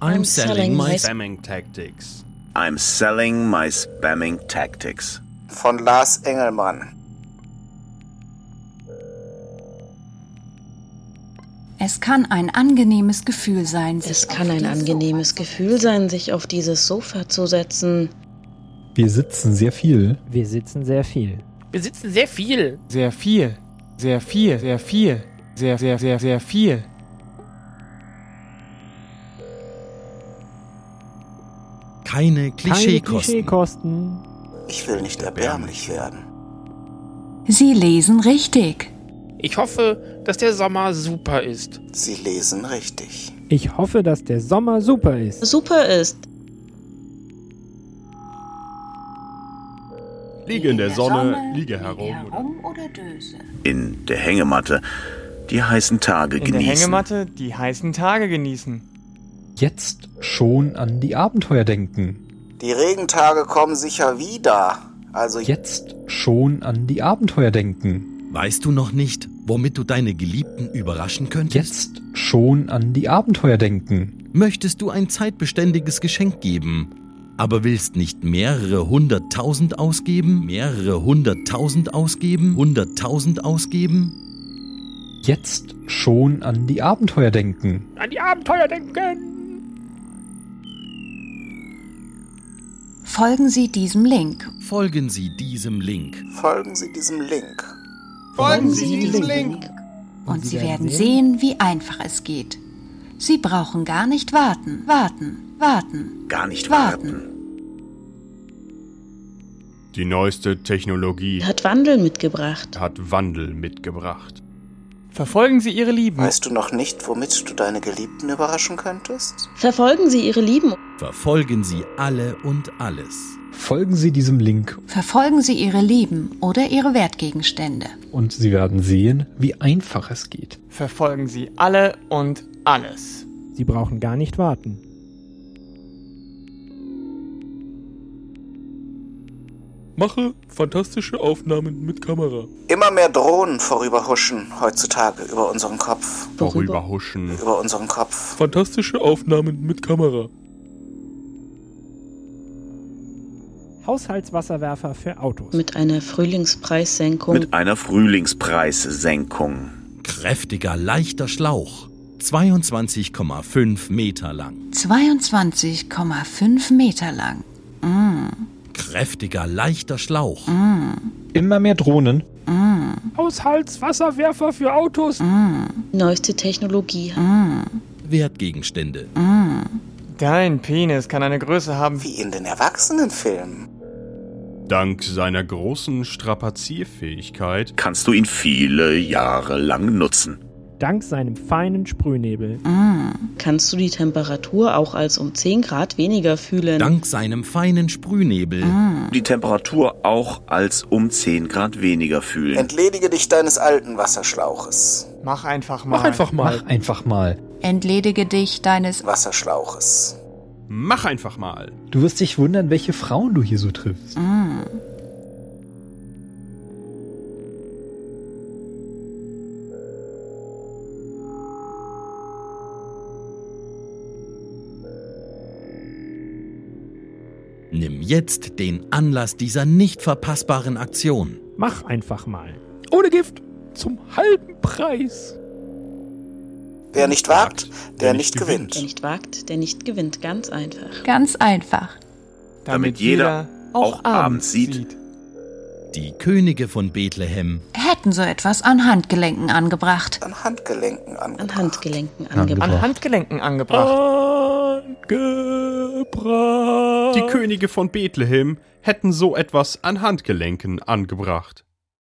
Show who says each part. Speaker 1: I'm selling my
Speaker 2: Spamming Tactics.
Speaker 3: I'm selling my spamming tactics.
Speaker 4: von Lars Engelmann.
Speaker 5: Es kann ein angenehmes Gefühl sein. sich
Speaker 1: Es
Speaker 5: auf
Speaker 1: kann ein
Speaker 5: die
Speaker 1: angenehmes Gefühl sein, sich auf dieses Sofa zu setzen.
Speaker 6: Wir sitzen sehr viel.
Speaker 7: Wir sitzen sehr viel.
Speaker 8: Wir sitzen sehr viel.
Speaker 9: Sehr viel. Sehr viel. Sehr viel. Sehr, sehr, sehr, sehr viel.
Speaker 7: Keine
Speaker 10: Keine Klischeekosten.
Speaker 7: Klischeekosten.
Speaker 4: Ich will nicht erbärmlich werden.
Speaker 5: Sie lesen richtig.
Speaker 8: Ich hoffe, dass der Sommer super ist.
Speaker 4: Sie lesen richtig.
Speaker 7: Ich hoffe, dass der Sommer super ist.
Speaker 1: Super ist.
Speaker 2: Liege in der Sonne, liege
Speaker 5: liege
Speaker 2: herum.
Speaker 5: herum oder döse.
Speaker 3: In der Hängematte die heißen Tage
Speaker 9: In der
Speaker 3: genießen.
Speaker 9: Hängematte die heißen Tage genießen.
Speaker 6: Jetzt schon an die Abenteuer denken.
Speaker 4: Die Regentage kommen sicher wieder. Also
Speaker 6: Jetzt schon an die Abenteuer denken.
Speaker 10: Weißt du noch nicht, womit du deine Geliebten überraschen könntest?
Speaker 6: Jetzt schon an die Abenteuer denken.
Speaker 10: Möchtest du ein zeitbeständiges Geschenk geben, aber willst nicht mehrere hunderttausend ausgeben? Mehrere hunderttausend ausgeben? Hunderttausend ausgeben?
Speaker 6: Jetzt schon an die Abenteuer denken.
Speaker 8: An die Abenteuer denken.
Speaker 5: Folgen Sie diesem Link.
Speaker 10: Folgen Sie diesem Link.
Speaker 4: folgen Sie diesem Link.
Speaker 9: Folgen
Speaker 7: Sie diesem Link.
Speaker 5: Und Sie werden sehen, wie einfach es geht. Sie brauchen gar nicht warten, warten, warten.
Speaker 3: Gar nicht warten.
Speaker 5: Warten.
Speaker 2: Die neueste Technologie
Speaker 6: Hat Wandel mitgebracht.
Speaker 2: hat Wandel mitgebracht.
Speaker 9: Verfolgen Sie Ihre Lieben.
Speaker 4: Weißt du noch nicht, womit du deine Geliebten überraschen könntest?
Speaker 1: Verfolgen Sie Ihre Lieben.
Speaker 10: Verfolgen Sie alle und alles.
Speaker 6: Folgen Sie diesem Link
Speaker 5: Verfolgen Sie Ihre Lieben oder Ihre Wertgegenstände.
Speaker 6: und Sie werden sehen, wie einfach es geht.
Speaker 9: Verfolgen Sie alle und alles.
Speaker 7: Sie brauchen gar nicht warten.
Speaker 8: Mache fantastische Aufnahmen mit Kamera.
Speaker 4: Immer mehr Drohnen vorüberhuschen heutzutage über unseren Kopf.
Speaker 2: Vorüberhuschen.
Speaker 4: Über unseren Kopf.
Speaker 8: Fantastische Aufnahmen mit Kamera.
Speaker 7: Haushaltswasserwerfer für Autos.
Speaker 1: Mit einer Frühlingspreissenkung.
Speaker 3: Mit einer Frühlingspreissenkung.
Speaker 10: Kräftiger, leichter Schlauch. 22,5 Meter lang.
Speaker 5: 22,5 Meter lang.
Speaker 10: Kräftiger, leichter Schlauch.
Speaker 6: Immer mehr Drohnen.
Speaker 8: Haushaltswasserwerfer für Autos.
Speaker 1: Neueste Technologie.
Speaker 10: Wertgegenstände.
Speaker 9: Dein Penis kann eine Größe haben wie
Speaker 4: Wie in den Erwachsenenfilmen.
Speaker 2: Dank seiner großen Strapazierfähigkeit
Speaker 3: Kannst du ihn viele Jahre lang nutzen.
Speaker 7: Dank seinem feinen Sprühnebel.
Speaker 5: Mm.
Speaker 1: Kannst du die Temperatur auch als um 10 Grad weniger fühlen?
Speaker 10: Dank seinem feinen Sprühnebel.
Speaker 3: Die Temperatur auch als um 10 Grad weniger fühlen.
Speaker 4: Entledige dich deines alten Wasserschlauches.
Speaker 9: Mach einfach mal.
Speaker 8: Mach einfach mal.
Speaker 6: Mach einfach mal.
Speaker 5: Entledige dich deines
Speaker 4: Wasserschlauches.
Speaker 2: mach einfach mal.
Speaker 6: Du wirst dich wundern, welche Frauen du hier so triffst.
Speaker 5: mm.
Speaker 10: Nimm jetzt den Anlass dieser nicht verpassbaren Aktion.
Speaker 7: Mach einfach mal.
Speaker 8: Ohne Gift. Zum halben Preis.
Speaker 4: Wer nicht wagt, der, nicht gewinnt.
Speaker 1: Wer nicht wagt, der nicht gewinnt. Ganz einfach.
Speaker 5: ganz einfach.
Speaker 9: damit,
Speaker 3: Damit jeder auch abends sieht.
Speaker 10: Die Könige von Bethlehem.
Speaker 5: Hätten so etwas an Handgelenken angebracht.
Speaker 4: An Handgelenken an.
Speaker 1: An Handgelenken
Speaker 6: Angebracht.
Speaker 1: angebracht.
Speaker 9: An Handgelenken angebracht.
Speaker 8: Angebracht.
Speaker 9: Oh.
Speaker 2: Die Könige von Bethlehem hätten so etwas an Handgelenken angebracht.